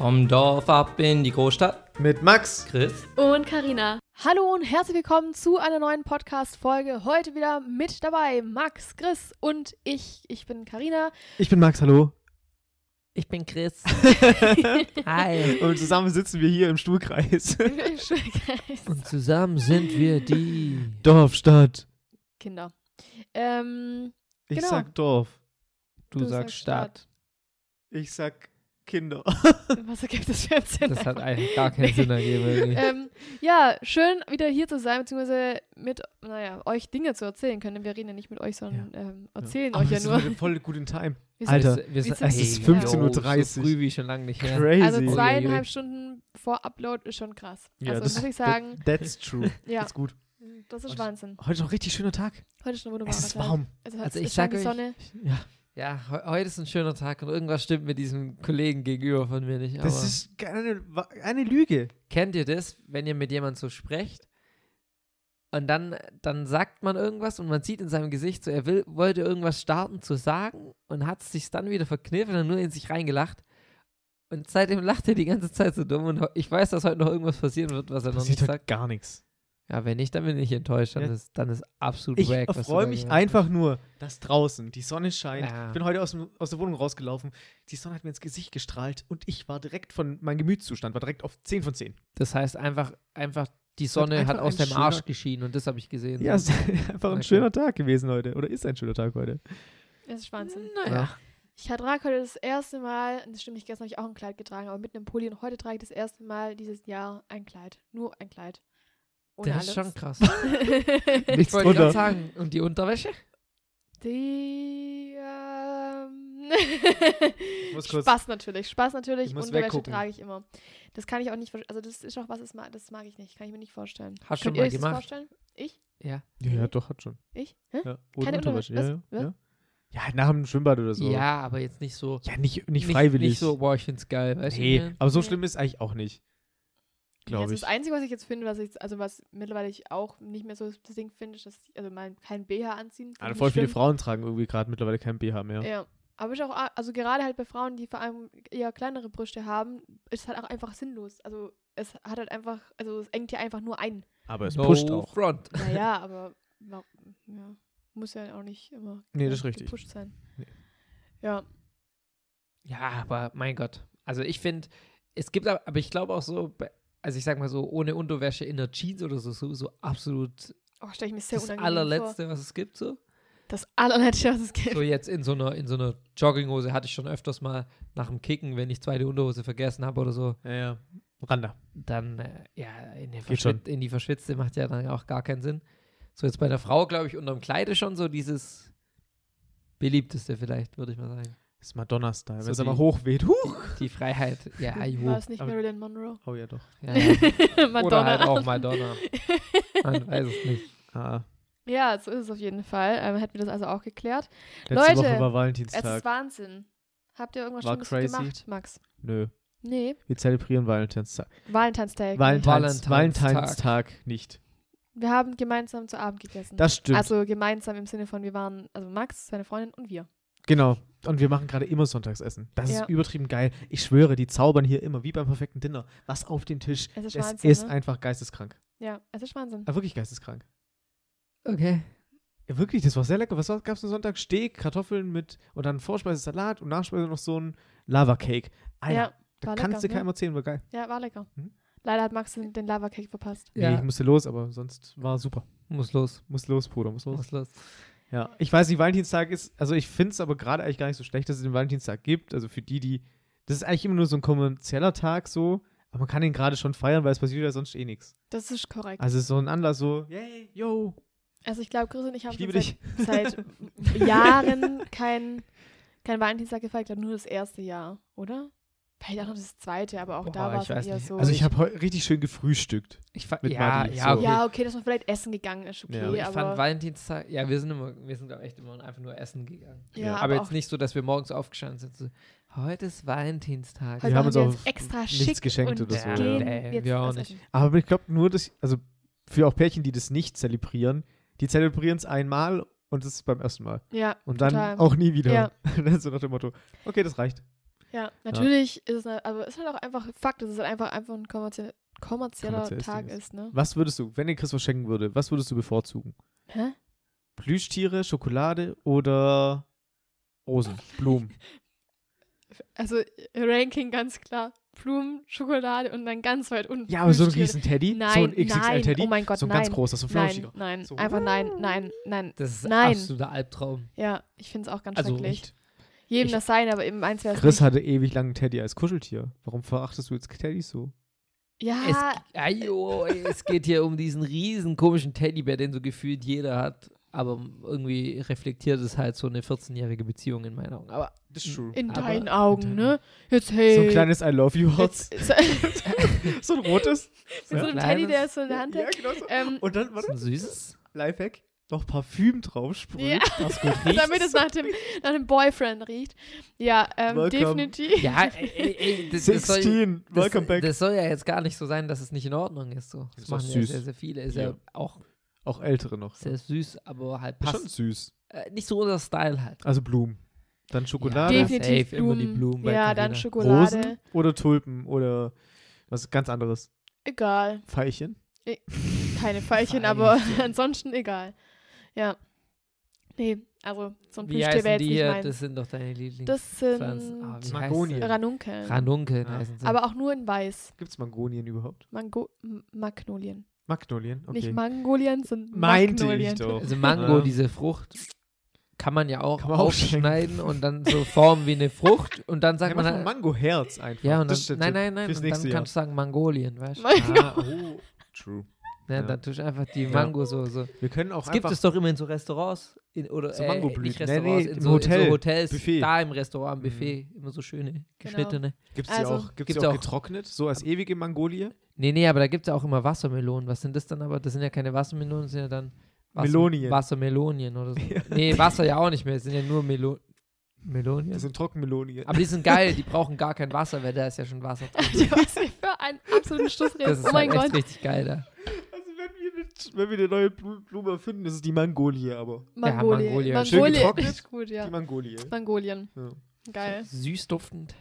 Vom Dorf ab in die Großstadt. Mit Max. Chris. Und Karina. Hallo und herzlich willkommen zu einer neuen Podcast-Folge. Heute wieder mit dabei Max, Chris und ich. Ich bin Karina. Ich bin Max, hallo. Ich bin Chris. Hi. Und zusammen sitzen wir hier im Stuhlkreis. Und zusammen sind wir die. Dorf, Stadt. Kinder. Ähm, Ich Genau. sag Dorf. Du, sagst Stadt. Ich sag Kinder. was ergibt das für einen Sinn? Das hat einfach? eigentlich gar keinen Sinn ergeben. irgendwie. ähm, ja, schön wieder hier zu sein, beziehungsweise mit, naja, euch Dinge zu erzählen können. Wir reden ja nicht mit euch, sondern ähm, erzählen euch ja nur. voll gut in Time. Wir sind- Alter, Wir sind- es ist Hey, 15:30. So früh wie schon lange nicht her. Crazy. also Ui, ui, zweieinhalb ui. Stunden vor Upload ist schon krass. Ja, also das- muss ich sagen, That's true. ja, Ist gut. das Und- ist Wahnsinn. Heute ist noch ein richtig schöner Tag. Heute ist ein wunderbarer Es ist Tag. warm. Also, hat- Also ist ich schon sag die euch- Sonne. Ja, Ja, heu- heute ist ein schöner Tag und irgendwas stimmt mit diesem Kollegen gegenüber von mir nicht. Aber das ist keine, wa- eine Lüge. kennt ihr das, wenn ihr mit jemandem so sprecht? Und dann, dann sagt man irgendwas und man sieht in seinem Gesicht so, er will, wollte irgendwas starten zu sagen und hat es sich dann wieder verkniffen und nur in sich reingelacht. Und seitdem lacht er die ganze Zeit so dumm und ho- ich weiß, dass heute noch irgendwas passieren wird, was er noch Passiert nicht halt sagt. gar nichts. Ja, wenn nicht, dann bin ich enttäuscht. Dann, Ja. ist, dann ist absolut Ich wack. was du freue da mich gemacht hast. einfach nur, dass draußen die Sonne scheint. Ja. Ich bin heute aus, dem, aus der Wohnung rausgelaufen. Die Sonne hat mir ins Gesicht gestrahlt und ich war direkt von, mein Gemütszustand war direkt auf 10 von 10. Das heißt einfach, einfach die Sonne einfach hat aus ein deinem schöner- Arsch geschienen und das habe ich gesehen. Ja, es ist einfach Na ein klar. schöner Tag gewesen heute. Oder ist ein schöner Tag heute. Es ist Wahnsinn. naja. Ich trage heute das erste Mal, und das stimmt nicht, gestern habe ich auch ein Kleid getragen, aber mit einem Pulli. Und heute trage ich das erste Mal dieses Jahr ein Kleid. Nur ein Kleid. Ohne Das ist schon alles. krass. Nichts Ich wollte gerade drunter. sagen, und die Unterwäsche? Die. Ähm, muss kurz- Spaß natürlich, Spaß natürlich. Ich muss Unterwäsche weggucken. trage ich immer. Das kann ich auch nicht, ver- also das ist auch was, das mag, das mag ich nicht, kann ich mir nicht vorstellen. Hast schon Könnt ihr mal euch gemacht? das vorstellen? Ich? Ja. Ja, ja, doch, hat schon. Ich? Hä? Ja. Keine Unterwäsche, was? Ja, ja, Was? ja. ja, halt nach dem Schwimmbad oder so. Ja, aber jetzt nicht so. ja nicht, nicht freiwillig. Nicht, so, boah, ich find's geil. Weißt du? ne? nee, was ich meine? aber so Nee. schlimm ist eigentlich auch nicht. also Glaube ich. Das Einzige, was ich jetzt finde, was ich, also was mittlerweile ich auch nicht mehr so das Ding finde, ist, dass ich, also mein kein BH anziehen. find Also ich voll viele schlimm. Frauen tragen irgendwie gerade mittlerweile kein BH mehr. Ja. Aber ich auch, a- also gerade halt bei Frauen, die vor allem eher kleinere Brüste haben, ist halt auch einfach sinnlos. Also es hat halt einfach, also es engt ja einfach nur ein. Aber es no pusht auch. Front. Naja, aber wa- ja, muss ja auch nicht immer Nee, das gleich ist richtig. gepusht sein. Nee. Ja, Ja, aber mein Gott. Also ich finde, es gibt aber, aber ich glaube auch so, bei- also ich sag mal so, ohne Unterwäsche in der Jeans oder so, so, so absolut oh, stelle ich mir sehr das unangenehm vor. allerletzte, was es gibt, so. Das allerletzte, was es gibt. So jetzt in so einer, in so einer Jogginghose hatte ich schon öfters mal nach dem Kicken, wenn ich zweite Unterhose vergessen habe oder so, Ja, ja. Randa. dann äh, ja, in, den Geht schon. Verschwit- in die verschwitzte macht ja dann auch gar keinen Sinn. So jetzt bei der Frau, glaube ich, unterm Kleide schon so dieses beliebteste vielleicht, würde ich mal sagen. Ist Madonna-Style. So Wenn es die- aber hochweht. Huh! Die Freiheit. Ja, War juhu. es nicht Aber- Marilyn Monroe? Oh ja, doch. Ja, ja. Madonna. Oder halt auch Madonna. Man weiß es nicht. Ah, Ja, so ist es auf jeden Fall. Ähm, hätten wir das also auch geklärt. letzte Leute, Woche war Es ist Valentinstag. Wahnsinn. Habt ihr irgendwas War Schlimmes crazy. gemacht, Max? Nö, Nee, wir zelebrieren Valentinstag. Valentinstag. Valentins, Valentinstag. Valentinstag nicht. Wir haben gemeinsam zu Abend gegessen. Das stimmt. also gemeinsam im Sinne von, wir waren, also Max, seine Freundin und wir. Genau. Und wir machen gerade immer Sonntagsessen. Das Ja. ist übertrieben geil. Ich schwöre, die zaubern hier immer, wie beim perfekten Dinner. Was auf dem Tisch. Es ist es Wahnsinn, ist ne? einfach geisteskrank. Ja, es ist Wahnsinn. Ah, wirklich geisteskrank. Okay. Ja, wirklich, das war sehr lecker. Was gab es am Sonntag? Steak, Kartoffeln mit und dann Vorspeise, Salat und Nachspeise noch so ein Lava-Cake. Alter, ja, da war kannst lecker, du keinem ne? erzählen, war geil. ja, war lecker. Hm? Leider hat Max den, den Lava-Cake verpasst. Ja. Ja. Nee, ich musste los, aber sonst war super. Muss los. Muss los, Bruder, muss los. Muss los. Ja, ich weiß nicht, Valentinstag ist, also ich finde es aber gerade eigentlich gar nicht so schlecht, dass es den Valentinstag gibt. Also für die, die, das ist eigentlich immer nur so ein kommerzieller Tag so, aber man kann ihn gerade schon feiern, weil es passiert ja sonst eh nichts. Das ist korrekt. Also es ist so ein Anlass so, yay, yo, Also ich glaube, Chris und ich haben ich liebe schon dich. seit, seit Jahren kein, kein Valentinstag gefeiert. Ich glaube, nur das erste Jahr, oder? Vielleicht auch noch das zweite, aber auch da Boah, war es ich weiß eher nicht. so. Also ich habe richtig schön gefrühstückt. Ich fand, Mit ja, Madi, ja, so. okay. Ja, okay, dass man vielleicht essen gegangen ist, okay, Ja. ich aber... fand Valentinstag, ja, wir sind immer, wir sind glaube echt immer einfach nur essen gegangen. ja, ja, aber, aber auch jetzt nicht so, dass wir morgens aufgestanden sind. So, heute ist Valentinstag. Heute Wir haben machen uns wir auch jetzt extra nichts schick geschenkt und oder so, ja. gehen Nee, jetzt wir auch was nicht. essen. Aber ich glaube nur, dass, also für auch Pärchen, die das nicht zelebrieren, die zelebrieren es einmal und es ist beim ersten Mal. Ja, Und dann Total. auch nie wieder. Ja. Dann so nach dem Motto, okay, das reicht. Ja, natürlich ist es, ne- aber es ist halt auch einfach Fakt, dass es halt einfach, einfach ein kommerzie kommerzieller Kommerzielles Tag Ding ist. ist, ne? Was würdest du, wenn dir Chris was schenken würde, was würdest du bevorzugen? Hä? Plüschtiere, Schokolade oder Rosen, Blumen? Also Ranking ganz klar. Blumen, Schokolade und dann ganz weit unten. ja, aber so ein Frühstück. riesen Teddy, Nein, so ein nein, XXL-Teddy, oh mein Gott, so ein nein. ganz großer, so ein Nein, flauschiger. nein, So. einfach nein, nein, nein. Das ist Nein. ein absoluter Albtraum. Ja, ich finde es auch ganz Also schrecklich. nicht. Jedem ich- das sein, aber eben eins wäre Chris hatte ewig lang einen Teddy als Kuscheltier. Warum verachtest du jetzt Teddys so? Es, Ja, ajo, es geht hier um diesen riesen komischen Teddybär, den so gefühlt jeder hat. Aber irgendwie reflektiert es halt so eine 14-jährige Beziehung in meinen Augen. Aber Das ist true. in aber- deinen Augen, deinen- ne? Jetzt hey. So ein kleines I love you Herz, jetzt, so, mit so ein rotes. so einem Ja. Teddy, der Kleines- so in der Hand Ja, hält. genau so. Ähm, Und dann, ist warte, ein süßes. Lifehack, noch Parfüm drauf sprühen. Ja. Das gut riecht. damit es nach dem, nach dem Boyfriend riecht. Ja, ähm, Welcome. definitiv. Ja, ey, ey, ey, das, das, soll, 16, das, welcome back. das soll ja jetzt gar nicht so sein, dass es nicht in Ordnung ist. So. Das, Ist doch machen ja süß. sehr, sehr viele. Ist Ja. ja auch Auch ältere noch. sehr süß, aber halt Schon passt. süß. Äh, nicht so unser Style halt. Also Blumen. Dann Schokolade. Ja, definitiv safe, immer die Blumen. Blumen bei ja, dann Carina. Schokolade. Rosen oder Tulpen oder was ganz anderes. Egal. Veilchen. Keine Veilchen, Veilchen. aber ansonsten egal. Ja. Nee, also so ein Wie Plüschtier heißen wäre jetzt die nicht hier? mein. Das sind doch deine Lieblingspflanzen. Das sind Ah, wie Magonien. heißt Ranunkeln. sie? Ranunkeln Ja. heißen sie. aber auch nur in weiß. Gibt es Mangonien überhaupt? Mango M- Magnolien. Magnolien? Okay. Nicht Mangolien, sind Meinte Magnolien. ich doch. also Mango, Ja. diese Frucht, kann man ja auch Kann man auch aufschneiden und dann so formen wie eine Frucht und dann sagt Nein, man mach halt, mal Mango-Herz einfach. ja und Das ist der dann, nein, Tipp nein, nein, Fürs und dann nächste Jahr. kannst du sagen Mangolien, weißt du? Mango. Ah, oh. True. Ja, Ja. dann tue ich einfach die Ja. Mango so. so. Wir können auch Das gibt einfach es doch immer in so Restaurants. In, oder So äh, Mangoblüten. nicht Nee, Restaurants, nee, in, im so, in Hotel, so Hotels. Buffet. Da im Restaurant, am Buffet. Immer so schöne, geschnittene. Gibt's Also- ja auch, gibt's Gibt's ja auch, auch. getrocknet, so als ewige Mangolie. Nee, nee, aber da gibt es ja auch immer Wassermelonen. Was sind das dann aber? Das sind ja keine Wassermelonen, das sind ja dann Wasser Melonien. Wassermelonien oder so. Ja. Nee, Wasser ja auch nicht mehr. Das sind ja nur Melo Melonien. Das sind Trockenmelonien. aber die sind geil, die brauchen gar kein Wasser, weil da ist ja schon Wasser drin. Also, Was ihr für einen absoluten Schluss Das redet. ist Oh mein halt echt Gott. richtig geil da. Also wenn wir, eine, wenn wir eine neue Blu- Blume erfinden, ist es die Mangolie aber. Mangolien. Mangolien. Schön Mangolien getrocknet. ist gut, ja. Die Mangolie. Mangolien. Ja. Geil. Süß duftend.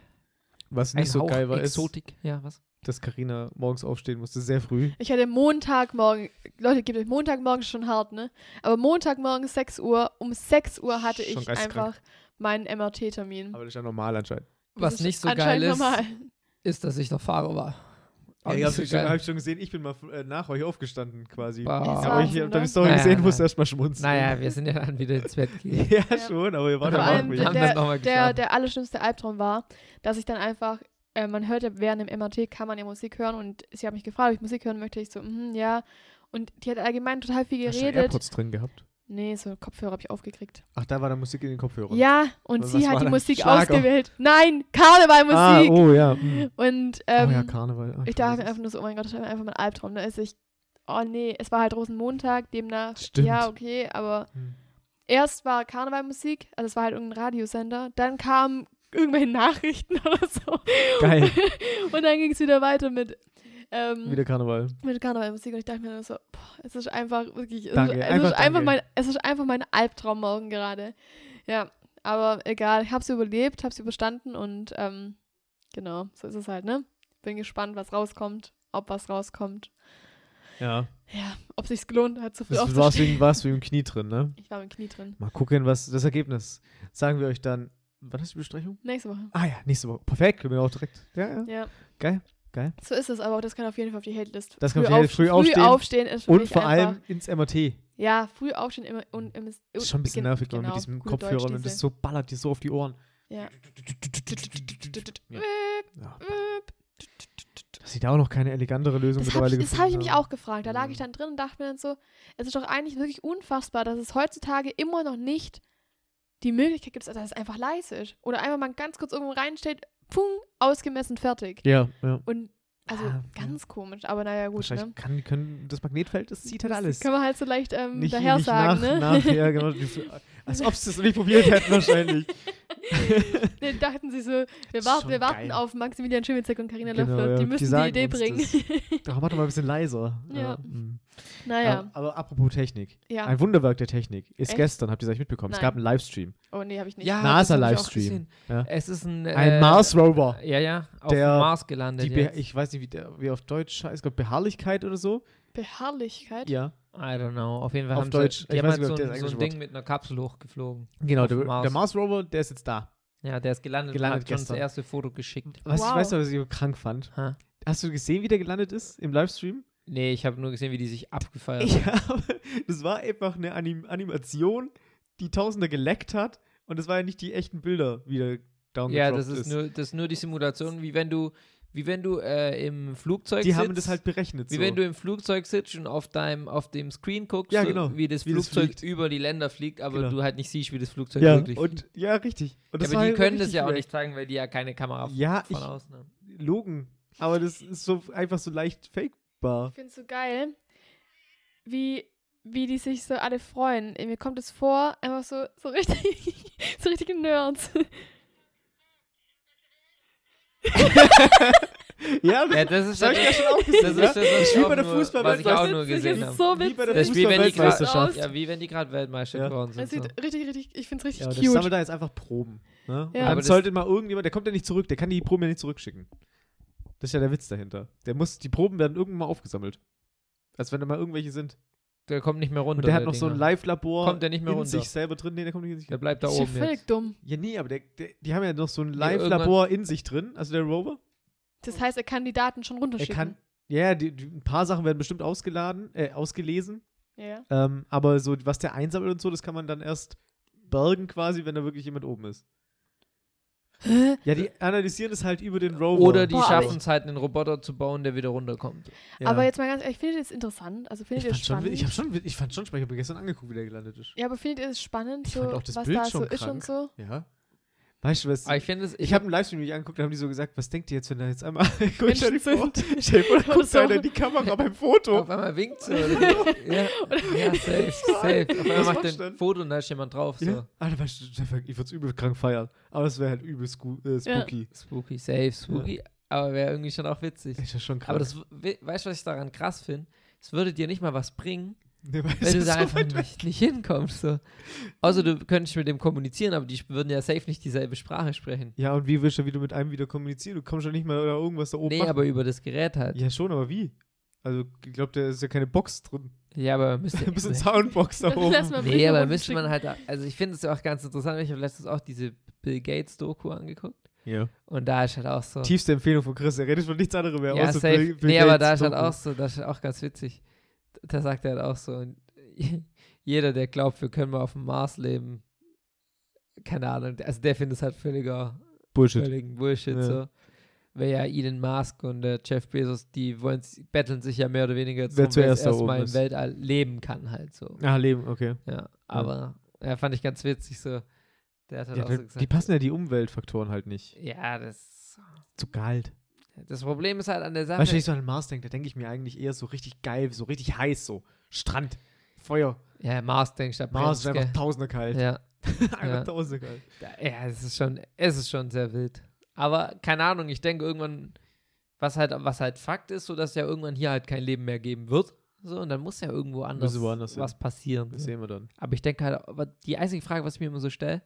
Was Ein nicht so Hauch geil war, ist, Exotik. Ja, was? dass Karina morgens aufstehen musste, sehr früh. Ich hatte Montagmorgen, Leute, gebt euch Montagmorgen ist schon hart, ne? Aber Montagmorgen 6 Uhr, um 6 Uhr hatte Schon ich geisteskrank. einfach meinen MRT-Termin. Aber das ist ja normal anscheinend. Das Was ist nicht so geil anscheinend ist, normal. ist, dass ich noch Fahrer war. Auch ich nicht habe so schon, geil. hab schon gesehen, ich bin mal äh, nach euch aufgestanden quasi. Wow. Es Aber war ich so, habe deine ne? Story Naja, gesehen, musste naja. erst mal schmunzeln. Naja, wir sind ja dann wieder ins Bett gegangen. ja, Ja. schon, aber ihr wart Vor ja allem auch wir haben der- dann nochmal Der, geschlafen. der allerschlimmste Albtraum war, dass ich dann einfach, äh, man hört ja während dem MRT, kann man ja Musik hören und sie hat mich gefragt, ob ich Musik hören möchte. Ich so, mhm, ja. Und die hat allgemein total viel Hast du geredet. AirPods drin gehabt? Nee, so Kopfhörer habe ich aufgekriegt. Ach, da war da Musik in den Kopfhörern. Ja, und Was- sie was hat war die denn? Musik Schlager? ausgewählt. Nein, Karnevalmusik. Ah, oh ja. mhm. Und ähm, oh ja, Karneval. Ah, ich dachte mir Jesus. einfach nur so, oh mein Gott, das war einfach mein Albtraum. Da ist ich, oh nee, es war halt Rosenmontag, demnach, Stimmt. ja, okay, aber Hm. erst war Karnevalmusik, also es war halt irgendein Radiosender, dann kamen irgendwelche Nachrichten oder so. Geil, Und dann ging es wieder weiter mit, ähm, wieder Karneval. mit Karnevalmusik und ich dachte mir nur so, boah, es ist einfach wirklich, es, Danke, ist, es, einfach ist einfach danke. mein, es ist einfach mein Albtraum morgen gerade. Ja, aber egal, ich hab's überlebt, hab's überstanden und ähm, genau, so ist es halt, ne? Bin gespannt, was rauskommt, ob was rauskommt. Ja. Ja, ob sich's gelohnt hat, so viel Das war's aufzustehen. wegen, war's wegen dem Knie drin, ne? Ich war mit dem Knie drin. Mal gucken, was das Ergebnis. Sagen wir euch dann. Wann ist die Besprechung? Nächste Woche. Ah ja, nächste Woche. Perfekt, können wir auch direkt. Ja, ja. Ja. Geil, geil. So ist es, aber auch das kann auf jeden Fall auf die Hatelist. Das kann auf die Hatelist. Früh früh aufstehen. aufstehen ist für Und mich vor einfach, allem ins MRT. Ja, früh aufstehen immer und im Das ist schon ein bisschen gen- nervig, wenn man genau, mit diesem gute Deutsch, Kopfhörer, wenn das diese- so ballert, die so auf die Ohren. Ja. Ja. Ja. Dass sie da auch noch keine elegantere Lösung Das habe mittlerweile ich, das hab ich gefunden mich haben. auch gefragt. Da lag ich dann drin und dachte mir dann so, es ist doch eigentlich wirklich unfassbar, dass es heutzutage immer noch nicht die Möglichkeit gibt, dass es einfach leise ist. Oder einfach mal ganz kurz irgendwo reinsteht, pung, ausgemessen, fertig. Ja, ja. Und also Ah, ganz komisch, aber naja, gut, Wahrscheinlich ne? kann, können das Magnetfeld, das zieht halt alles. Kann man halt so leicht ähm, Nicht, daher nicht sagen, nach, ne? nachher, genau. Die, Als ob sie es noch nicht probiert hätten wahrscheinlich. Dann dachten sie so, wir, ist warten, schon wir warten geil. auf Maximilian Schimmelzeck und Karina Genau, Löffler. ja. Die Die müssen die, sagen Idee uns bringen. Da mach doch mal ein bisschen leiser. Ja. mhm. naja, aber, aber apropos Technik. ja. Ein Wunderwerk der Technik. Ist Echt? gestern, habt ihr es eigentlich mitbekommen. Nein. Es gab einen Livestream. Oh nee, habe ich nicht. Ja, das hab NASA ich auch Livestream. gesehen. Ja. Es ist ein. Ein äh, Mars-Rover. Ja, ja, auf der- dem Mars gelandet. Die Be- Jetzt. ich weiß nicht, wie, der, wie auf Deutsch heißt, glaube Beharrlichkeit oder so. Beharrlichkeit? Ja. I don't know. Auf jeden Fall Auf haben Deutsch. sie. Die Ich haben weiß halt nicht, so, ob der ein, das so ein englische Ding Wort- mit einer Kapsel hochgeflogen. Genau, Auf der dem Mars. der Mars-Rover, der ist jetzt da. Ja, der ist gelandet, Gelandet hat schon gestern. Hm. das erste Foto geschickt. Was, Wow. Weißt du, was ich so krank fand? Ha. Hast du gesehen, wie der gelandet ist im Livestream? Nee, ich habe nur gesehen, wie die sich abgefeiert haben. Ja, aber das war einfach eine Anim Animation, die Tausende geleckt hat und das war ja nicht die echten Bilder, wie der down Ja, das ist, Nur, das ist nur die Simulation, wie wenn du, wie wenn du äh, im Flugzeug Die sitzt. haben das halt berechnet. Wie so. wenn du im Flugzeug sitzt und auf deinem auf dem Screen guckst, Ja, so genau. wie das Wie das Flugzeug fliegt. über die Länder fliegt, aber Genau. du halt nicht siehst, wie das Flugzeug ja, wirklich fliegt. und, ja, richtig. Und das ja, war aber die halt können das richtig ja auch direkt. nicht zeigen, weil die ja keine Kamera Ja, von ich außen haben. logen. Aber das ist so einfach so leicht fakebar. Ich finde es so geil, wie, wie die sich so alle freuen. Mir kommt es vor, einfach so, so richtig, so richtige Nerds. Ja, das, Ja, das ist das habe ich ja das, schon auch das gesehen. ist das, ja? was Wie ich auch bei der nur, was ich Fußballweltmeisterschaft. auch nur gesehen das habe. ist so Wie bei witzig. der Das Spiel, wenn die gerade- Fußballweltmeisterschaft. Ja, wie wenn die gerade Weltmeister Ja. geworden Es sind. sieht So. richtig, richtig, ich finde es richtig Ja, das cute. sammelt da jetzt einfach Proben. Ne? Ja. Ja. Aber Dann das- sollte mal irgendjemand, der kommt ja nicht zurück, der kann die Proben ja nicht zurückschicken. Das ist ja der Witz dahinter. Der muss, die Proben werden irgendwann mal aufgesammelt. Als wenn da mal irgendwelche sind. Der kommt nicht mehr runter. Und der hat noch so ein Dinger. Live-Labor Kommt der nicht mehr in runter. sich selber drin. Nee, der kommt nicht in sich Der bleibt da Das ist ja oben völlig jetzt. dumm. Ja, nee, aber der, der, die haben ja noch so ein irgendwann- Live-Labor in sich drin, also der Rover. Das heißt, er kann die Daten schon Er runterschicken. kann, ja, ja, die, die, ein paar Sachen werden bestimmt ausgeladen, äh, ausgelesen. Ja. Ähm, aber so, was der einsammelt und so, das kann man dann erst bergen quasi, wenn da wirklich jemand oben ist. Hä? Ja, die analysieren es halt über den Rover. Oder die Boah, aber schaffen es halt, einen Roboter zu bauen, der wieder runterkommt. Ja. Aber jetzt mal ganz ehrlich, findet ihr das interessant? Also Ich findet ihr fand, das schon, spannend? ich, hab schon, ich fand schon spannend. Ich habe gestern angeguckt, wie der gelandet ist. ja, aber findet ihr es spannend, Ich so, fand auch das was Bild da so schon ist und krank. so? Ja. Weißt du, was. Aber ich ich finde es. habe einen Livestream nicht angeguckt, da haben die so gesagt, was denkt ihr jetzt, wenn da jetzt einmal. Guck, stell dir vor, Menschen stell dir vor, da Oder guckt so. einer in die Kamera beim Foto. Auf einmal winkt sie. Oder ja. ja, safe, safe. Auf einmal macht Was machst er du ein denn? Foto und da ist jemand drauf. So. Ja. Alter, weißt du, Stefan, ich würde es übel krank feiern. Aber das wäre halt übel sco- äh, Ja. spooky. Spooky, safe, spooky. Aber wäre irgendwie schon auch witzig. Ist ja schon krass. Aber das, we- weißt du, was ich daran krass finde? Es würde dir nicht mal was bringen, Nee, weil wenn es du ist da so einfach weit weg. nicht, nicht hinkommst. So. Außer du könntest mit dem kommunizieren, aber die würden ja safe nicht dieselbe Sprache sprechen. Ja, und wie willst du wieder mit einem wieder kommunizieren? Du kommst ja nicht mal oder irgendwas da oben. Nee, machen. aber über das Gerät halt. Ja, ja, schon, aber wie? Also, ich glaube, da ist ja keine Box drin. aber müsste. Ein bisschen Soundbox da Das oben. lassen wir Nee, aber müsste man halt. Also, ich finde es ja auch ganz interessant. Ich habe letztens auch diese Bill Gates-Doku angeguckt. Ja. Und da ist halt auch so. Tiefste Empfehlung von Chris. Er redet von nichts anderem mehr. Ja, außer safe. Bill- Bill nee, aber da Gates ist halt Doku. auch so, das ist halt auch ganz witzig. Da sagt er halt auch so, und jeder, der glaubt, wir können mal auf dem Mars leben, keine Ahnung, also der findet es halt völliger, Bullshit. völligen Bullshit, Ja. so. Weil ja Elon Musk und äh, Jeff Bezos, die wollen, s- betteln sich ja mehr oder weniger jetzt Wer drum, wer zuerst da erstmal oben im ist. Weltall leben kann halt so. Ah, Leben, okay. Ja, aber ja. fand ich ganz witzig so. Der hat halt Ja, auch da, so die gesagt, passen ja die Umweltfaktoren halt nicht. ja, das, Zu kalt. das Problem ist halt an der Sache. Weißt du, wenn ich so an den Mars denke, da denke ich mir eigentlich eher so richtig geil, so richtig heiß, so. Strand, Feuer. ja, Mars denkst du, da Mars ist brennt's, einfach gell? tausende kalt. ja. einfach ja. tausende kalt. Da- Ja, es ist schon, es ist schon sehr wild. Aber keine Ahnung, ich denke irgendwann, was halt, was halt Fakt ist, so dass ja irgendwann hier halt kein Leben mehr geben wird. So, und dann muss ja irgendwo anders Müssen woanders hin. was passieren. Das So. sehen wir dann. Aber ich denke halt, aber die einzige Frage, was ich mir immer so stelle,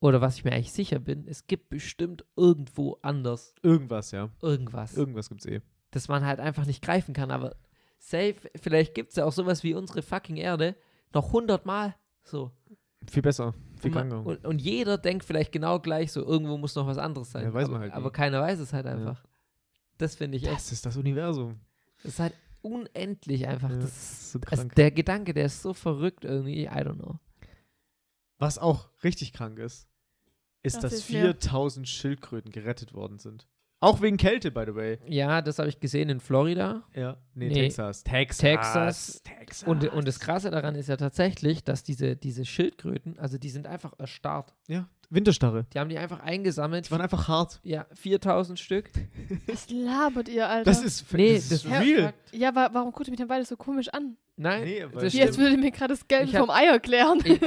oder was ich mir eigentlich sicher bin, es gibt bestimmt irgendwo anders Irgendwas, ja. irgendwas, Irgendwas gibt's eh. das man halt einfach nicht greifen kann. Aber safe, vielleicht gibt es ja auch sowas wie unsere fucking Erde noch hundertmal so. Viel besser. Viel Und, man- kranker. und, und jeder denkt vielleicht genau gleich so, irgendwo muss noch was anderes sein. Ja, weiß aber, man halt nie. aber keiner weiß es halt einfach. Das finde ich echt. Das ist das Universum. Das ist halt unendlich einfach. Ja, das ist ist, so also krank. der Gedanke, der ist so verrückt irgendwie. I don't know. Was auch richtig krank ist, ist, Das dass ist mir- 4000 Schildkröten gerettet worden sind. Auch wegen Kälte, by the way. Ja, das habe ich gesehen in Florida. Ja. Nee, Nee. Texas. Texas. Texas. Texas. Und, und das Krasse daran ist ja tatsächlich, dass diese, diese Schildkröten, also die sind einfach erstarrt. ja, Winterstarre. Die haben die einfach eingesammelt. Die waren einfach hart. Ja, 4000 Stück. Was labert ihr, Alter? Das ist, Nee, das ist das- real. ja, wa warum guckt ihr mich dann beide so komisch an? Nein, Nee, weil- das Hier Jetzt stimmt. würde mir gerade das Gelbe Ich hab- vom Ei erklären. Ich-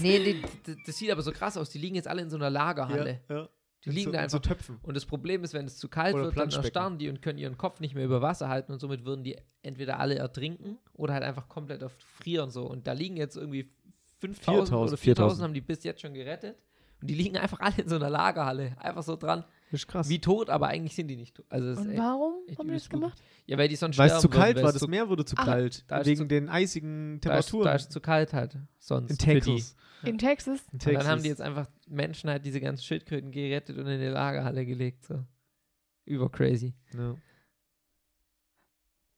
Nee, nee, d- das sieht aber so krass aus. Die liegen jetzt alle in so einer Lagerhalle. Ja, ja. Die In liegen so, da in so einfach. Töpfen. Und das Problem ist, wenn es zu kalt Oder wird, dann Planschbecken. erstarren die und können ihren Kopf nicht mehr über Wasser halten und somit würden die entweder alle ertrinken oder halt einfach komplett erfrieren so. Und da liegen jetzt irgendwie 5000 oder 4000, 4000 haben die bis jetzt schon gerettet. Und die liegen einfach alle in so einer Lagerhalle, einfach so dran. Das ist krass. Wie tot, aber eigentlich sind die nicht tot. Also das ist Und echt, warum echt haben die übelst das gut. gemacht? Ja, weil die sonst Weil es sterben zu würden, kalt weil war, es das zu, Meer wurde zu Ah, kalt. da ist wegen zu- den eisigen da ist, Temperaturen. da ist zu kalt halt sonst. in für die. Texas. In Texas? In Und Texas. dann haben die jetzt einfach Menschen halt diese ganzen Schildkröten gerettet und in die Lagerhalle gelegt. So. Über crazy. Ja.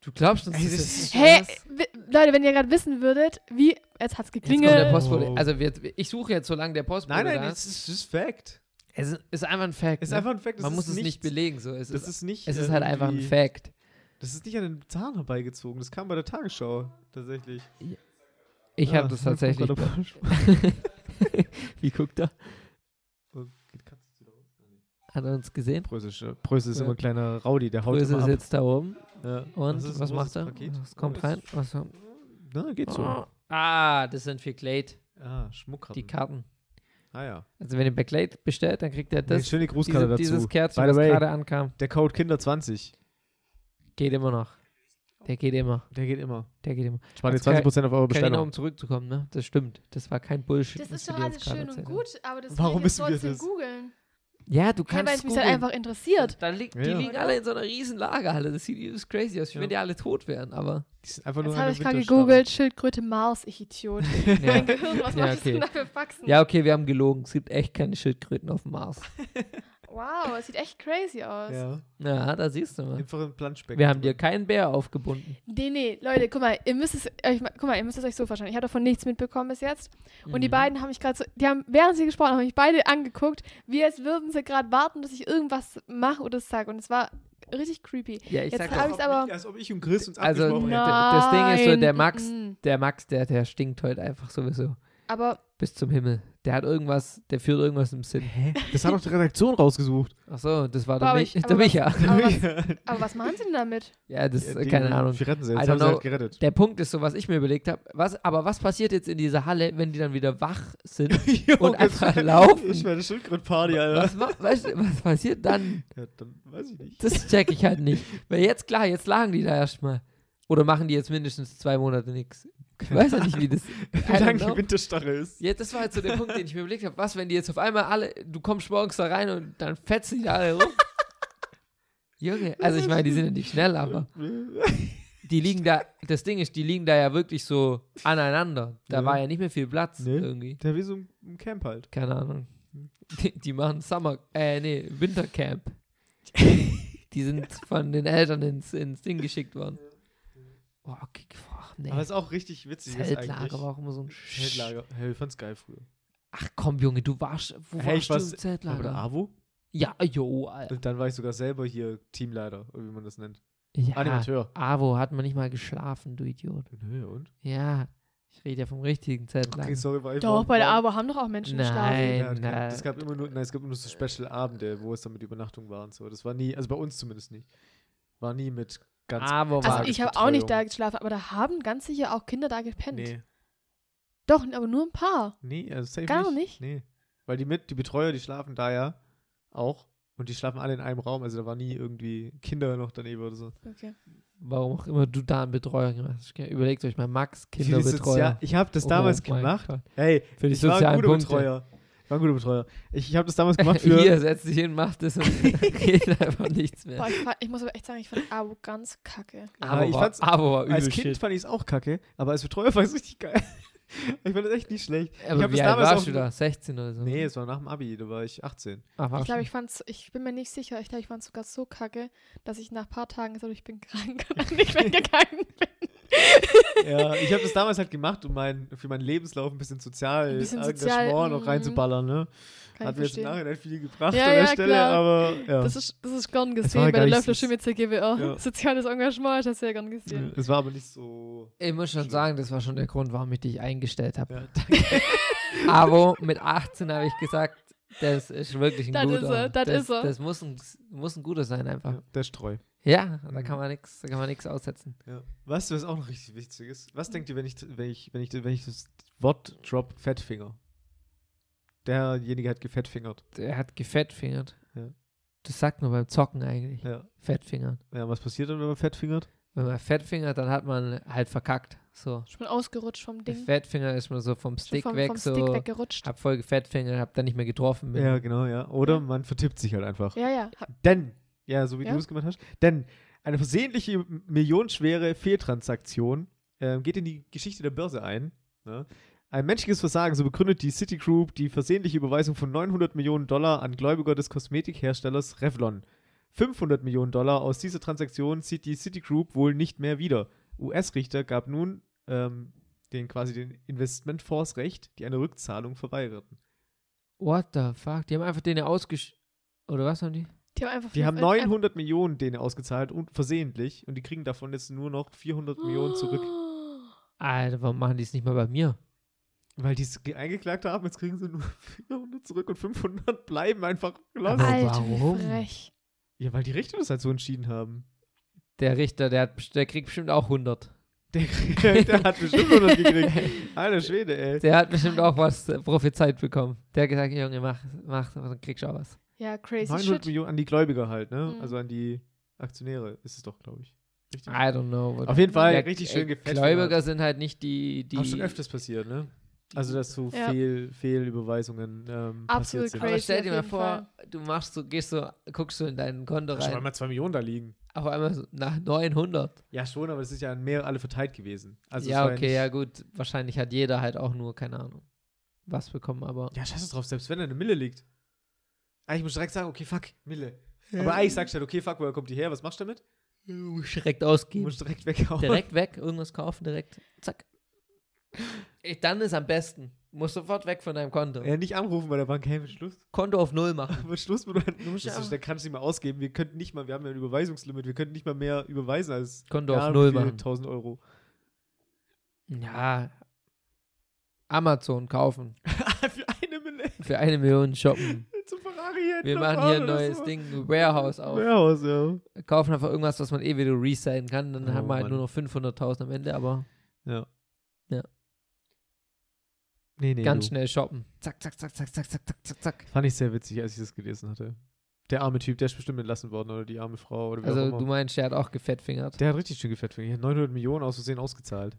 Du glaubst uns, Ey, das das ist ist- Hä? krass? Hey, Leute, wenn ihr gerade wissen würdet, wie. Jetzt hat's Jetzt kommt der geklingelt. Postbote. Oh. Also wir, ich suche jetzt, solange der Postbote Nein, nein, da das ist. ist, das ist Fact. Es ist, ist einfach ein Fact. Ist ne? einfach ein Fact. das Man ist muss es nicht belegen. So. Es, Das ist, ist nicht. es ist äh, halt einfach ein irgendwie- Fact. Das ist nicht an den Zahn herbeigezogen. Das kam bei der Tagesschau tatsächlich. Ich Ah, habe das tatsächlich. guck mal, da- Wie guckt er? Geht Katze zu da oben? Hat er uns gesehen? Prösische. Pröse ist Ja. immer ein kleiner Raudi, der haut Größe immer ab. sitzt da oben. Ja. Und Das ist ein was großes macht er? Paket. Was kommt Das- rein? Was, Na, geht so. Ah. Ah, das sind für Glade, Ah, Schmuckkarten. die Karten. ah ja. Also wenn ihr bei Glade bestellt, dann kriegt ihr Das, das. nee, schöne Grußkarte diese, dazu. dieses Kerzchen, By the das way, gerade ankam, der Code Kinder20. geht immer noch. Der geht immer. Der geht immer. Der geht immer. Spart ihr Das kann- 20% auf eure Kann ich noch, Bestellung. um zurückzukommen, ne? Das stimmt. Das war kein Bullshit. Das was ist du doch dir jetzt alles gerade schön und erzählt hast. gut, aber das Warum will ich wissen wir trotzdem das? googeln. Ja, du Hä, kannst weil es mich halt googeln. einfach interessiert. Da liegt, die Ja. liegen Oder? alle in so einer riesen Lagerhalle. Das sieht übelst crazy aus, wie Ja. wenn die alle tot wären, aber. Die sind einfach Jetzt nur habe eine ich gerade Winterstarre. gegoogelt, Schildkröte Mars, ich Idiot. Ja. Mein Gehirn, was Ja, machst okay. du denn da für Faxen? ja, okay, wir haben gelogen. Es gibt echt keine Schildkröten auf dem Mars. Wow, es sieht echt crazy aus. Ja. Ja, da siehst du mal. Einfach ein Planschbecken. Wir haben dir keinen Bär aufgebunden. Nee, nee, Leute, guck mal, ihr müsst es euch, mal- guck mal, ihr müsst es euch so verstehen. Ich habe davon nichts mitbekommen bis jetzt. Und die Mhm. beiden haben mich gerade so, die haben, während sie gesprochen haben, mich beide angeguckt, wie als würden sie gerade warten, dass ich irgendwas mache oder sage. Und es war richtig creepy. Ja, ich Jetzt sag hab doch. ich's aber- Als ob ich und Chris uns Also, abgesprochen d- hätten. das Ding ist so, der Nein, Max, mhm. der Max, der, der stinkt heute einfach sowieso. Aber Bis zum Himmel. Der hat irgendwas, der führt irgendwas im Sinn. Hä? Das hat doch die Redaktion rausgesucht. Ach so, das war der, Aber Mich, ich- der aber was- Micha. Aber was- aber was machen sie denn damit? Ja, das Ja, die- keine Ahnung. Wir retten sie. I Jetzt don't haben sie know. halt gerettet. Der Punkt ist so, was ich mir überlegt habe. Was, aber was passiert jetzt in dieser Halle, wenn die dann wieder wach sind? Junge, einfach das wär- laufen. Ich meine, Schildkrötenparty, Alter. Was, ma- weißt du, was passiert dann? Ja, dann weiß ich nicht. Das check ich halt nicht. Weil jetzt, klar, jetzt lagen die da erstmal. Oder machen die jetzt mindestens zwei Monate nichts? Ich weiß ja nicht, wie das. I Wie don't lange die know. Winterstarre ist. Ja, das war jetzt so der Punkt, den ich mir überlegt habe. Was, wenn die jetzt auf einmal alle, du kommst morgens da rein und dann fetzen die da alle rum? Junge, also ich meine, die sind ja nicht schnell, aber die liegen da, das Ding ist, die liegen da ja wirklich so aneinander. Da Ja. war ja nicht mehr viel Platz Nee. irgendwie. Der wie so ein- ein Camp halt. Keine Ahnung. Die, die machen Summer, äh, nee, Wintercamp. die sind von den Eltern ins, ins Ding geschickt worden. Oh, okay, boah, nee. Aber ist auch richtig witzig ist eigentlich. Zeltlager war auch immer so ein Sch Zeltlager. Hey, ich fand's geil früher. Ach komm, Junge, du warst, wo Hey, warst ich du war's- im War Bei der Zeltlager? AWO. Ja, jo, Alter. Und dann war ich sogar selber hier Teamleiter, oder wie man das nennt. Ja, Animateur. Avo hat man nicht mal geschlafen, du Idiot. Nö, und? Ja, ich rede ja vom richtigen Zeltlager. Okay, sorry, war ich Doch, war- bei der war- AWO haben doch auch Menschen geschlafen. Nein, äh, Ja, das gab- na, das gab immer nur, nein, es gab immer nur so Special-Abende, wo es dann mit Übernachtung war und so. Das war nie, also bei uns zumindest nicht. War nie mit ganz. Avo war Also ich habe auch nicht da Tagesbetreuung. geschlafen, aber da haben ganz sicher auch Kinder da gepennt. nee, Doch, aber nur ein paar. nee, also safe Gar nicht. nicht? Nee. Weil die mit, die Betreuer, die schlafen da ja auch. Und die schlafen alle in einem Raum, also da war nie irgendwie Kinder noch daneben oder so. Okay. warum auch immer du da einen Betreuer gemacht hast. Gell, Überlegt euch mal, Max, Für die Sozia- Kinderbetreuer. ich habe das Oh damals mein gemacht. Gott. Hey, Für die ich war ein sozialen guter Punkte. Betreuer. Ich war ein guter Betreuer. Ich, ich habe das damals gemacht für. Hier, setz dich hin, mach das und redet einfach nichts mehr. Boah, ich, fand, ich muss aber echt sagen, ich fand AWO ganz kacke. Ja, ich war, fand's- Avo war übel Als Kind shit. fand ich es auch kacke, aber als Betreuer fand ich es richtig geil. ich fand es echt nicht schlecht. ich Aber hab wie das alt damals warst auch- du da? 16 oder so? Nee, es war nach dem Abi, da war ich 18. Ach, warst Ich glaube, du- ich fand's, ich bin mir nicht sicher, ich glaube, ich fand es sogar so kacke, dass ich nach ein paar Tagen gesagt habe, ich bin krank und dann nicht mehr gegangen bin. Ja, ich habe das damals halt gemacht, um mein, für meinen Lebenslauf ein bisschen sozial Ein bisschen Engagement sozial, noch mhm. reinzuballern. Ne? Kann Hat ich mir jetzt im verstehen. Nachhinein viel gebracht Ja, an der ja, Stelle, klar. aber ja. Das ist, das ist gern war halt gesehen bei gar der nicht Löffler so- Schimmelzer GWR. Ja. Soziales Engagement, das ist ja gern gesehen. es war aber nicht so. Ich muss schon sagen, das war schon der Grund, warum ich dich eingestellt habe. Ja, Aber mit 18 habe ich gesagt, das ist wirklich ein Das guter. ist er, das ist er. Das muss ein, muss ein guter sein einfach. ja, der Streu. Ja, da kann man nichts, da kann man nichts aussetzen. Ja. Hm. Weißt du, was auch noch richtig wichtig ist? Was denkt ihr, wenn ich, wenn ich, wenn ich, wenn ich das Wort drop Fettfinger? Derjenige hat gefettfingert. Er hat gefettfingert. Ja. Das sagt man beim Zocken eigentlich. Ja. Fettfingern. ja. Was passiert dann, wenn man fettfingert? Wenn man fettfingert, dann hat man halt verkackt. So. Ich bin ausgerutscht vom Der Ding. Fettfinger ist man so vom Schon Stick vom, weg, vom so. Stick weggerutscht. Hab voll gefettfingert, hab dann nicht mehr getroffen. Bin. Ja, genau, ja. Oder man vertippt sich halt einfach. Ja, ja. Denn, ja, so wie Ja. du es gemacht hast, denn eine versehentliche m- millionenschwere Fehltransaktion ähm, geht in die Geschichte der Börse ein. Ne? Ein menschliches Versagen, so begründet die Citigroup die versehentliche Überweisung von 900 Millionen Dollar an Gläubiger des Kosmetikherstellers Revlon. 500 Millionen Dollar aus dieser Transaktion zieht die Citigroup wohl nicht mehr wieder. US-Richter gab nun ähm, den quasi den Investmentfonds recht, die eine Rückzahlung verweigerten. What the fuck? Die haben einfach den ja ausgesch... Oder was haben die? Die haben einfach Die haben fünf- 900 Millionen denen ausgezahlt und versehentlich und die kriegen davon jetzt nur noch 400 Millionen zurück. Oh. Alter, warum machen die es nicht mal bei mir? Weil die es ge- eingeklagt haben, jetzt kriegen sie nur 400 zurück und 500 bleiben einfach Aber gelassen. Al- Alter, warum? wie frech. Ja, weil die Richter das halt so entschieden haben. Der Richter, der, hat, best- der kriegt bestimmt auch 100. Der, der hat bestimmt 100 gekriegt. Alter Schwede, ey. Der hat bestimmt auch was äh, prophezeit bekommen. Der hat gesagt, Junge, mach, mach, dann kriegst du auch was. Ja, crazy 900 shit. Millionen an die Gläubiger halt, ne? Mhm. Also an die Aktionäre ist es doch, glaube ich. Richtig? Also, I don't know. what- Auf jeden Fall Ja, richtig äh, schön gefällt. Gläubiger sind halt nicht die... die Auch schon öfters passiert, ne? Also, dass so Ja. Fehl, Fehlüberweisungen ähm, Absolut passiert sind. crazy. aber stell dir auf mal jeden vor, du machst so, gehst so, guckst so in deinen Konto Schon rein, einmal 2 Millionen da liegen. auf einmal so nach 900. Ja, schon, aber es ist ja an mehr alle verteilt gewesen. Also es ja, war okay, ja nicht- gut. Wahrscheinlich hat jeder halt auch nur, keine Ahnung, was bekommen, aber... Ja, scheiß drauf, selbst wenn er eine Mille liegt. Eigentlich muss ich direkt sagen, okay, fuck, Mille. Aber eigentlich sagst du halt, okay, fuck, woher kommt die her? Was machst du damit? Direkt Du ausgeben. musst direkt weghauen. Direkt weg, irgendwas kaufen, direkt. Zack. Ich, dann ist am besten. Du musst sofort weg von deinem Konto. Ja, nicht anrufen bei der Bank, hey, mit Schluss. Konto auf Null machen. Mit Schluss mit meinem. Du musst Das ja ist, der kann es nicht mehr ausgeben. Wir könnten nicht mal, wir haben ja ein Überweisungslimit, wir könnten nicht mal mehr überweisen als Konto auf keine Null Ahnung, wie viel, machen. 1000 Euro. Ja. Amazon kaufen. Für eine Mille Für eine Million shoppen. zum Ferrari hinten Wir am machen Fahren hier ein oder neues so. Ding, ein Warehouse auf. Warehouse, ja. Kaufen einfach irgendwas, was man eh wieder resignen kann. Dann Oh, haben wir halt Mann. nur noch 500.000 am Ende, aber Ja. Ja. Nee, nee. ganz du. schnell shoppen. Zack, zack, zack, zack, zack, zack, zack, zack, zack. Fand ich sehr witzig, als ich das gelesen hatte. Der arme Typ, der ist bestimmt entlassen worden oder die arme Frau oder wie auch Also immer. du meinst, der hat auch gefettfingert. Der hat richtig schön gefettfingert. Der hat 900 Millionen aus Versehen ausgezahlt.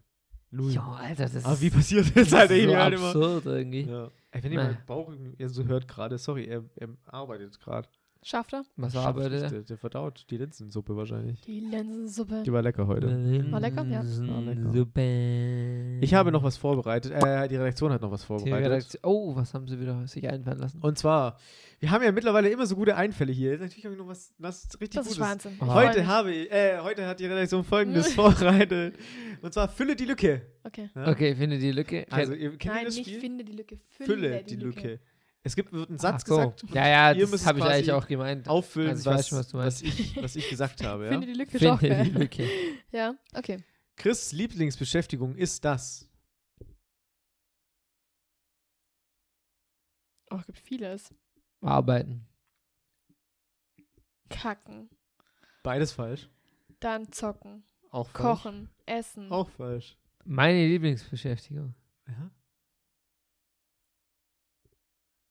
Louis. Jo, Alter, das Aber ist, wie passiert das halt das ist eben so halt immer? absurd irgendwie. Ja. Ey, wenn ihr Naja. meinen Bauch irgendwie- ihr so hört gerade, sorry, er, er arbeitet gerade. Schafft er? Was Schafft arbeitet nicht, er? Der, der verdaut die Linsensuppe wahrscheinlich. Die Linsensuppe. Die war lecker heute. War lecker, ja. War lecker. Super. Ich habe noch was vorbereitet. Äh, die Redaktion hat noch was Die vorbereitet. Redaktion. Oh, was haben sie wieder sich einfallen lassen? Und zwar, wir haben ja mittlerweile immer so gute Einfälle hier. Natürlich habe ich noch was, was richtig Das Gutes. ist Wahnsinn. Ich Heute freu Heute mich. habe ich, äh, heute hat die Redaktion folgendes vorbereitet. Und zwar fülle die Lücke. Okay. Ja? Okay, finde die Lücke. Also, ihr kennt ihr Nein, das nicht Spiel? finde die Lücke. Fülle, Fülle die Lücke. Es gibt wird ein Satz Ach so. gesagt. und Ja, ja, ihr müsst das habe ich quasi eigentlich auch gemeint. Auffüllen, Also ich was, weiß schon, was du was, ich, was ich gesagt habe. Ja? Finde die Lücke Finde doch. die geil. Lücke. Ja, okay. Chris' Lieblingsbeschäftigung ist das. Oh, es gibt vieles. Arbeiten. Kacken. Beides falsch. Dann zocken. Auch falsch. Kochen. Essen. Auch falsch. Meine Lieblingsbeschäftigung.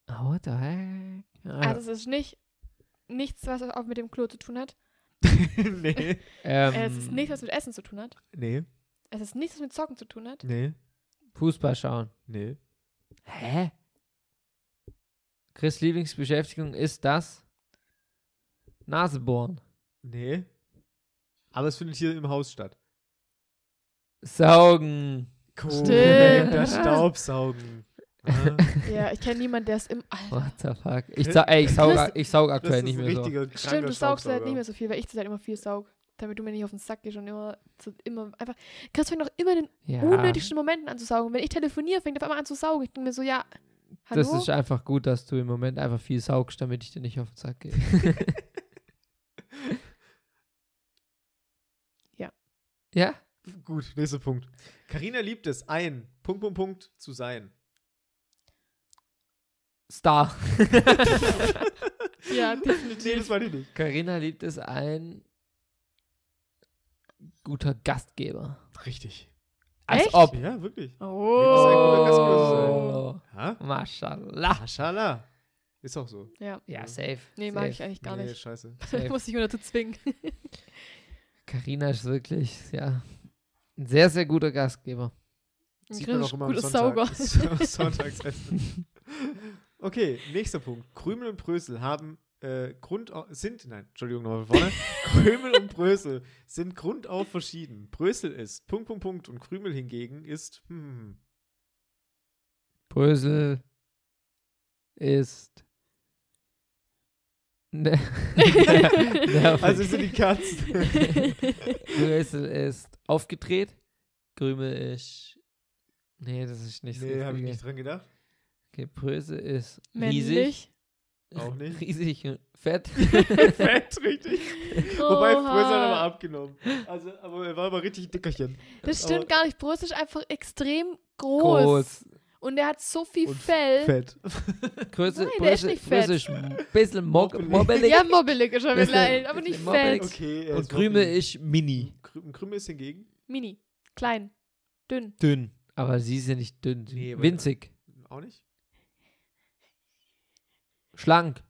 Ja. Ah, Oh, what the heck? Ah, Also es ist nicht nichts, was auch mit dem Klo zu tun hat. nee. ähm, es ist nichts, was mit Essen zu tun hat. Nee. Es ist nichts, was mit Zocken zu tun hat. Nee. Fußball schauen. Nee. Hä? Chris Lieblingsbeschäftigung ist das Nase bohren. Nee. Aber es findet hier im Haus statt. Saugen. Stimmt. Das Staubsaugen. Ah. Ja, ich kenne niemanden, der es im Alter. What the fuck? Ich, sa ey, ich, saug, Äh. Chris- ich saug Das aktuell ist nicht ein mehr so. richtiger, kranker Stimmt, du saugst halt Staubsauger. nicht mehr so viel, weil ich zurzeit immer viel saug. Damit du mir nicht auf den Sack gehst und immer, zu, immer einfach. Chris fängt doch immer in den Ja, unnötigsten Momenten an zu saugen. Wenn ich telefoniere, fängt er auf einmal an zu saugen. Ich denke mir so, ja, hallo? das ist einfach gut, dass du im Moment einfach viel saugst, damit ich dir nicht auf den Sack gehe. Ja. Ja? Gut, nächster Punkt. Karina liebt es, ein Punkt, Punkt, Punkt zu sein. Star. ja, nee, das war die nicht. Carina liebt es ein guter Gastgeber. Richtig. Als Echt? ob. Ja, wirklich. Oh. guter Gastgeber Oh. Ha? Maschallah. Maschallah. Ist auch so. ja. Ja, safe. Mhm. Nee, mag ich eigentlich gar nee, nicht. scheiße. safe. Muss ich mir dazu zwingen. Carina ist wirklich, ja, ein sehr, sehr guter Gastgeber. Sieht man Chris, auch immer guter am Sauger. Sonntag. Sonntagsessen. Okay, nächster Punkt. Krümel und Brösel haben äh, Grund sind, nein, Entschuldigung, nochmal von vorne. Krümel und Brösel sind grundauf verschieden. Brösel ist Punkt, Punkt, Punkt und Krümel hingegen ist hm, Brösel ist. Ne Nervig. Also sind die Katzen. Brösel ist aufgedreht. Krümel ist. Nee, das ist nicht nee, das habe ich Richtige. nicht dran gedacht. Okay, Brösel ist riesig. Männlich. Auch nicht. Riesig und fett. Fett, richtig. Wobei Oha. Brösel hat aber abgenommen. Also, aber er war aber richtig ein Dickerchen. Das aber- stimmt gar nicht. Brust ist einfach extrem groß. Und er hat so viel Und Fell. Fett. Größe, Nein, der ist Größe, nicht fett. Größe ist ein bisschen mob Mobbelig. mobbelig. Ja, mobbelig ist er Bisschen- mittlerweile, aber bisschen nicht mobbelig. fett. Okay. er Und ist Krümel mobbelig. ist mini. Krü- Krümel ist hingegen Mini, klein, dünn. Dünn. Aber sie ist ja nicht dünn. sie- Nee, aber- Winzig. auch nicht. Schlank.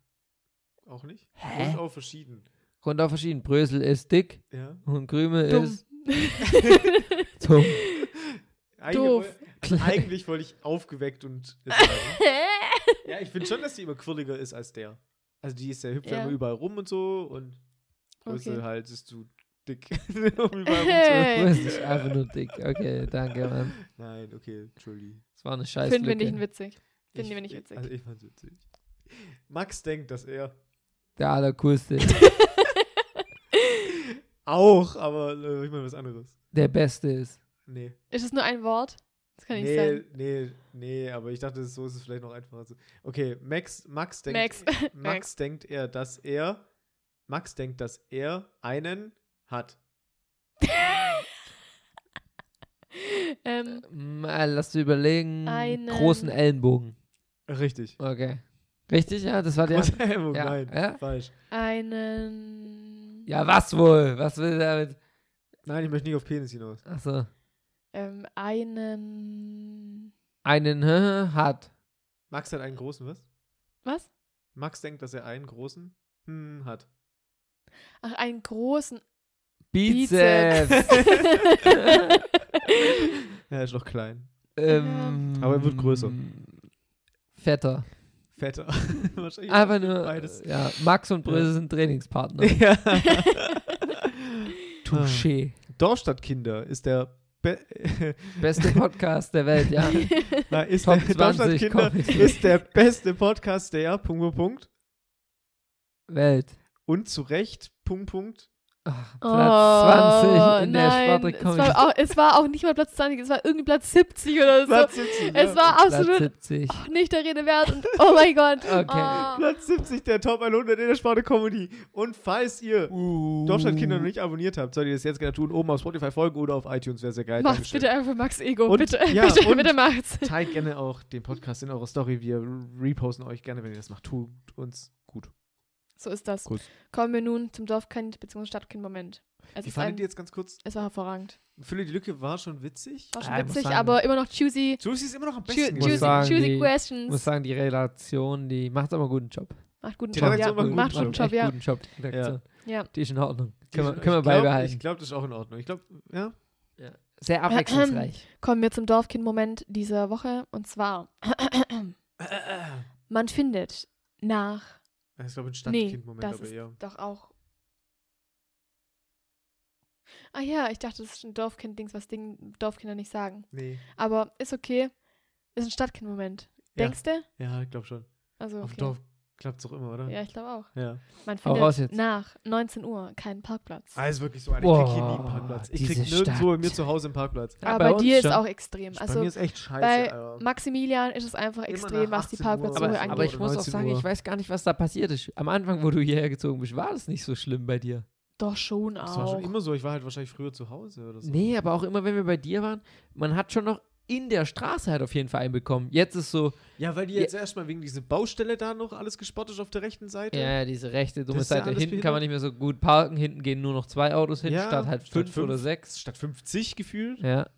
Auch nicht? Hä? Und auch verschieden. Grund auf verschieden. Brösel ist dick Ja. und Krümel Dumm. ist dumm. Doof. Eigentlich, eigentlich wollte ich aufgeweckt und es sagen. Ja, ich finde schon, dass die immer quirliger ist als der. Also die ist ja hüpft ja Ja. immer überall rum und so und Brüssel Okay. halt ist zu dick. um überall rumzu- hey. Brösel ist einfach nur dick. Okay, danke, Mann. Nein, okay, Entschuldi. Das war eine scheiß Finden wir Lücke. nicht witzig. Finden Ich- wir nicht witzig. Also ich fand's witzig. Max denkt, dass er Der allercoolste. auch, aber äh, ich meine was anderes. der Beste ist. Nee. Ist es nur ein Wort? Das kann nicht Nee, sein. nee, nee, aber ich dachte, so ist es vielleicht noch einfacher. zu- Okay, Max, Max denkt, Max. Max denkt er, dass er Max denkt, dass er einen hat. ähm, Mm, äh, Lass dir überlegen. Einen- Großen Ellenbogen. Richtig. Okay. Richtig, ja, das war der. Große Hemmung, Ja, nein, ja. falsch. einen. Ja, was wohl? Was will der damit? Nein, ich möchte nicht auf Penis hinaus. Achso. Ähm, einen. Einen hä, hat. Max hat einen großen, was? Was? Max denkt, dass er einen großen hm, hat. Ach, einen großen. Bizeps. Er ist noch klein. ähm, Aber er wird größer. Fetter. Fetter. Wahrscheinlich. Einfach nur. Beides. Ja, Max und Bröse sind Trainingspartner. Ja. Touché. Dorstadtkinder ist der be Beste Podcast der Welt, ja. Na, ist Top der 20 Dorstadtkinder kommt. ist der beste Podcast der Punkt, Punkt, Punkt. Welt. Und zu Recht Punkt, Punkt. Ach, Platz Oh, 20 in der nein. Sparte es war, auch, es war auch nicht mal Platz 20, es war irgendwie Platz 70 oder so. Platz 70. es ja. war Platz absolut 70. oh, nicht der Rede wert und oh mein Gott. Okay. Oh. Platz 70 der Top 100 in der Sparte Comedy. Und falls ihr Uh. Dorfstadtkinder noch nicht abonniert habt, solltet ihr das jetzt gerne tun. Oben auf Spotify folgen oder auf iTunes. Wäre sehr geil. Macht's Dankeschön. bitte einfach Max Ego. Und- bitte, ja, bitte, und- bitte macht's. Teilt gerne auch den Podcast in eurer Story. Wir reposten euch gerne, wenn ihr das macht. Tut uns gut. So ist das. Kuss. Kommen wir nun zum Dorfkind bzw. Stadtkind-Moment. Es, Wie ist ein, fandet ihr jetzt ganz kurz? es war hervorragend. Fülle die Lücke war schon witzig. War Ah, schon ich muss witzig, sagen- aber immer noch choosy, Susi ist immer noch am choo- besten. Muss choosy, gewesen. sagen, choosy die- Ich muss questions. sagen, die Relation, die macht aber einen guten Job. Macht guten Die Job, ja. Redaktion macht einen Macht guten guten Job, Job, ja. guten Job. Die Redaktion. Ja. Die ist in Ordnung. Ich Können wir, glaub- können wir Ich beibehalten. glaube, das ist auch in Ordnung. Ich glaube, ja. Sehr abwechslungsreich. Kommen wir zum Dorfkind-Moment dieser Woche und zwar, man findet nach, Ich glaube, ein Stadtkind-Moment, das aber ist ja. doch auch. Ah ja, ich dachte, das ist ein Dorfkind-Dings, was Ding, Dorfkinder nicht sagen. Nee. Aber ist okay. Ist ein Stadtkind-Moment. Ja. Denkst du? Ja, ich glaube schon. Also, Auf okay. Dorf Klappt doch immer, oder? Ja, ich glaube auch. Ja. Man Hau raus findet jetzt. nach 19 Uhr keinen Parkplatz. Ah, ist wirklich so eine. Boah, ich krieg hier nie einen Parkplatz. Ich krieg diese nirgendwo bei mir Stadt. zu Hause einen Parkplatz. Ja, aber bei bei, uns dir schon. ist auch extrem. bei Also mir ist echt scheiße, bei Alter. Maximilian ist es einfach Immer extrem, nach was die 18 Uhr. Parkplatzsuche Aber, angeht. aber ich Uhr, muss auch 19 sagen, Uhr. ich weiß gar nicht, was da passiert ist. Am Anfang, wo du hierher gezogen bist, war das nicht so schlimm bei dir. Doch schon auch. Das war schon immer so. Ich war halt wahrscheinlich früher zu Hause oder so. Nee, aber auch immer, wenn wir bei dir waren, man hat schon noch in der Straße halt auf jeden Fall einen bekommen. Jetzt ist so, Ja, weil die jetzt erstmal wegen dieser Baustelle da noch alles gespottet auf der rechten Seite. ja, ja, diese rechte dumme Das ist ja Seite. alles Hinten kann man nicht mehr so gut parken, hinten gehen nur noch zwei Autos hin, Ja, statt halt statt fünf oder fünf. sechs. Statt 50 gefühlt. Ja.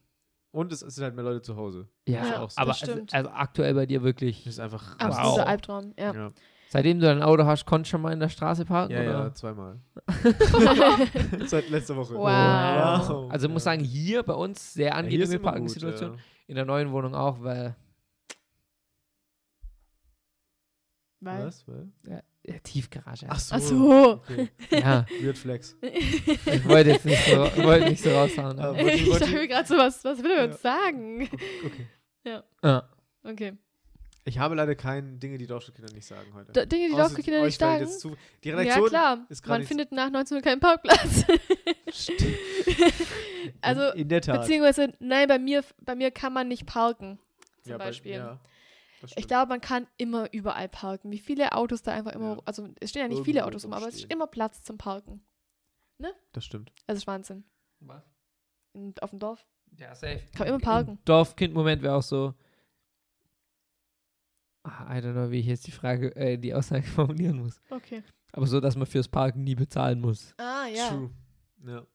Und es sind halt mehr Leute zu Hause. Ja, Ja, auch das so. aber also, stimmt. also aktuell bei dir wirklich. Das ist einfach. Absoluter Wow. Albtraum, ja. Ja, Seitdem du dein Auto hast, konntest du schon mal in der Straße parken? ja, oder? ja zweimal. Seit letzter Woche. Wow. Wow. Oh, Also ich muss sagen, hier bei uns sehr Ja, hier ist angenehme immer gut, Parkensituation. ja. In der neuen Wohnung auch, weil Weil- Was? Weil? ja, Tiefgarage. Ach so. Ach so. Okay. Ja, Weird Flex. ich wollte jetzt nicht so, wollte nicht so raushauen. ne? Aber- aber- Wollt ihr- ich wollt dachte ihr- mir gerade so, was, was will er Ja. uns sagen? Okay. Ja. Okay. Ich habe leider keine Dinge, die Dorfschulkinder nicht sagen heute. D Dinge, die Außer Dorfkinder euch nicht fällt sagen. jetzt zu- Die Ja, Redaktion klar. ist gerade Man nicht- findet nach 19 Uhr keinen Parkplatz. also, in, in der Tat. beziehungsweise, nein, bei mir, bei mir kann man nicht parken. Zum Ja, bei- Beispiel. ja, das Ich stimmt. glaube, man kann immer überall parken. Wie viele Autos da einfach immer. Ja. Also, es stehen ja nicht viele Irgendwo Autos rum, aber es ist rumstehen. immer Platz zum Parken. Das stimmt. Also, ist Wahnsinn. Was? In, auf dem Dorf. Ja, safe. Kann man immer Hm. parken. Dorfkind-Moment wäre auch so. Ah, I don't know, wie ich jetzt die Frage, äh, die Aussage formulieren muss. Okay. Aber so, dass man fürs Parken nie bezahlen muss. Ah, ja. True. Ja.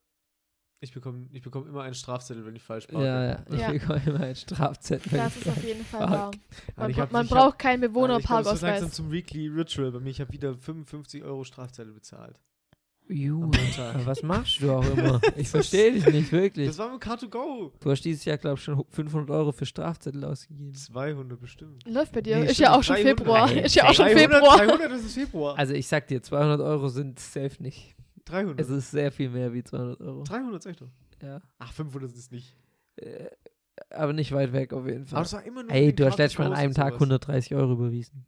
Ich bekomme ich bekomm immer einen Strafzettel, wenn ich falsch parke. Also Ja, ja. Ich Ja. bekomme immer einen Strafzettel. wenn Das ich ist auf parke. jeden Fall Park. wahr. Aber Man, ich bra hab- man ich hab- braucht keinen Alter, ich glaub, das wird langsam Bewohnerparkausweis. zum Weekly Ritual bei mir. Ich habe wieder 55 Euro Strafzettel bezahlt. Ju, Am Montag. Uh, was machst du auch immer? Ich verstehe dich nicht, wirklich. Das war mit Car2Go. Du hast dieses Jahr, glaube ich, schon 500 Euro für Strafzettel ausgegeben. 200 bestimmt. Läuft bei dir. Nee, ist ja stimmt, auch schon 300. Februar. Nein, Ist ja auch schon 300, Februar. 300, das ist Februar. Also ich sag dir, 200 Euro sind safe nicht. 300. Es ist sehr viel mehr wie 200 Euro. 300 sag ich doch. Ja. Ach, 500 ist es nicht. Äh, aber nicht weit weg auf jeden Aber Fall. das war immer nur Ey, wegen du hast letztes Mal an Car2Go einem und Tag sowas. 130 Euro überwiesen.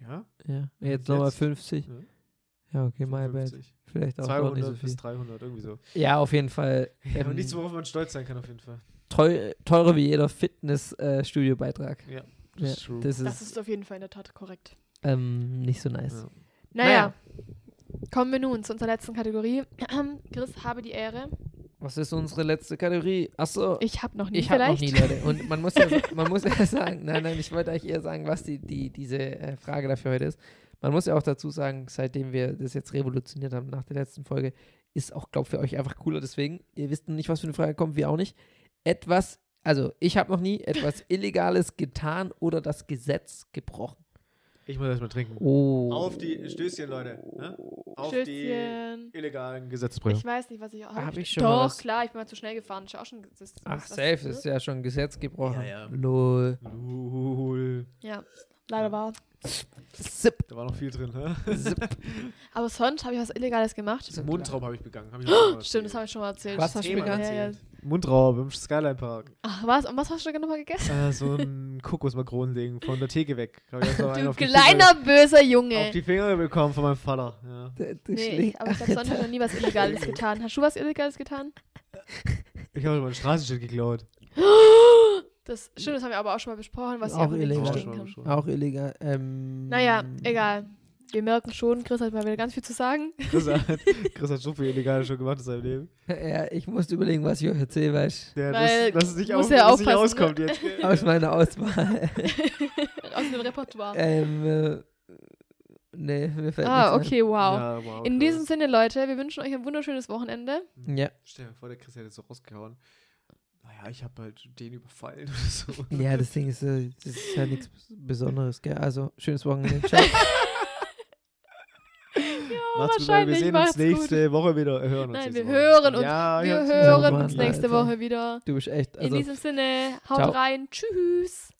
Ja? Ja, Und jetzt nochmal jetzt? 50. Ja. Ja, okay, my bad. 50. Vielleicht auch noch nicht so 200 bis viel. 300, irgendwie so. Ja, auf jeden Fall. Ja, aber Ähm, nichts, worauf man stolz sein kann, auf jeden Fall. teu teurer wie jeder Fitnessstudio-Beitrag. Ja, das ja, ist true. das Das ist ist auf jeden Fall in der Tat korrekt. ähm, nicht so nice. Ja. Naja, kommen wir nun zu unserer letzten Kategorie. Chris, habe die Ehre. Was ist unsere letzte Kategorie? Achso, Ich habe noch nie ich habe noch vielleicht. nie, Leute. Und man muss ja, sa- man muss ja sagen, nein, nein, ich wollte euch eher sagen, was die, die, diese äh, Frage dafür heute ist. Man muss ja auch dazu sagen, seitdem wir das jetzt revolutioniert haben nach der letzten Folge, ist auch, glaube ich, für euch einfach cooler. Deswegen, ihr wisst noch nicht, was für eine Frage kommt, wir auch nicht. Etwas, also ich habe noch nie etwas Illegales getan oder das Gesetz gebrochen. Ich muss erstmal trinken. Oh. Auf die Stößchen, Leute. Ne? Auf die Schützchen. illegalen Ich Gesetzesbrüche. weiß nicht, was ich auch Hab habe. ich schon Doch, mal was- klar, ich bin mal zu schnell gefahren. Ist ja auch schon. Das ist, Ach, was- safe, ne? das ist ja schon Gesetz gebrochen. Ja, ja. Lol. Lul. Ja, leider war. Zip, Da war noch viel drin, hä? zip. Aber sonst habe ich was Illegales gemacht. So Mundraub habe ich begangen. Hab ich auch schon mal Stimmt, das habe erzählt. ich schon mal erzählt. Was das hast du schon mal begangen? her, ja. Mundraub im Skyline Park. Ach, was? Und was hast du da nochmal gegessen? Äh, so ein Kokosmakronending von der Theke weg. Hab ich erst noch einen Du auf die kleiner Finger, böser auf Junge. die Finger bekommen von meinem Vater. Ja. Du Nee, schlägst- ich, aber ich habe sonst noch nie was Illegales getan. Hast du was Illegales getan? Ich habe mal ein Straßenschild geklaut. Das, stimmt, das haben wir aber auch schon mal besprochen, was Auch ich auch nicht illegal. Hm. verstehen Auch kann. schon. Auch illegal. Ähm, Naja, egal. Wir merken schon, Chris hat mal wieder ganz viel zu sagen. Chris hat, Chris hat so viel Illegales schon gemacht in seinem Leben. Ja, ich musste überlegen, was ich euch erzähle, weil ich Der, Weil dass, dass es nicht, muss auf, ja dass es nicht aufpassen, ne? auskommt jetzt. gell? aus meiner Auswahl. Aus dem Repertoire. ähm, äh, nee, mir fällt ah, nichts okay, wow. Ja, wow, In Chris. diesem Sinne, Leute, wir wünschen euch ein wunderschönes Wochenende. ein. Ja. Stell dir vor, der Chris hätte so rausgehauen. Naja, ich habe halt den überfallen oder so. ja, das Ding ist, äh, das ist ja nichts Besonderes, gell? Also, schönes Wochenende. Ciao. Macht's gut, Leute. wir wahrscheinlich, sehen macht's uns nächste Woche wieder. Hören uns Nein, nächste wir Woche. hören uns- Ja, Wir ja, hören Mann, uns nächste Alter. Woche wieder. Du bist echt, In also, diesem Sinne, haut Ciao. rein. Tschüss.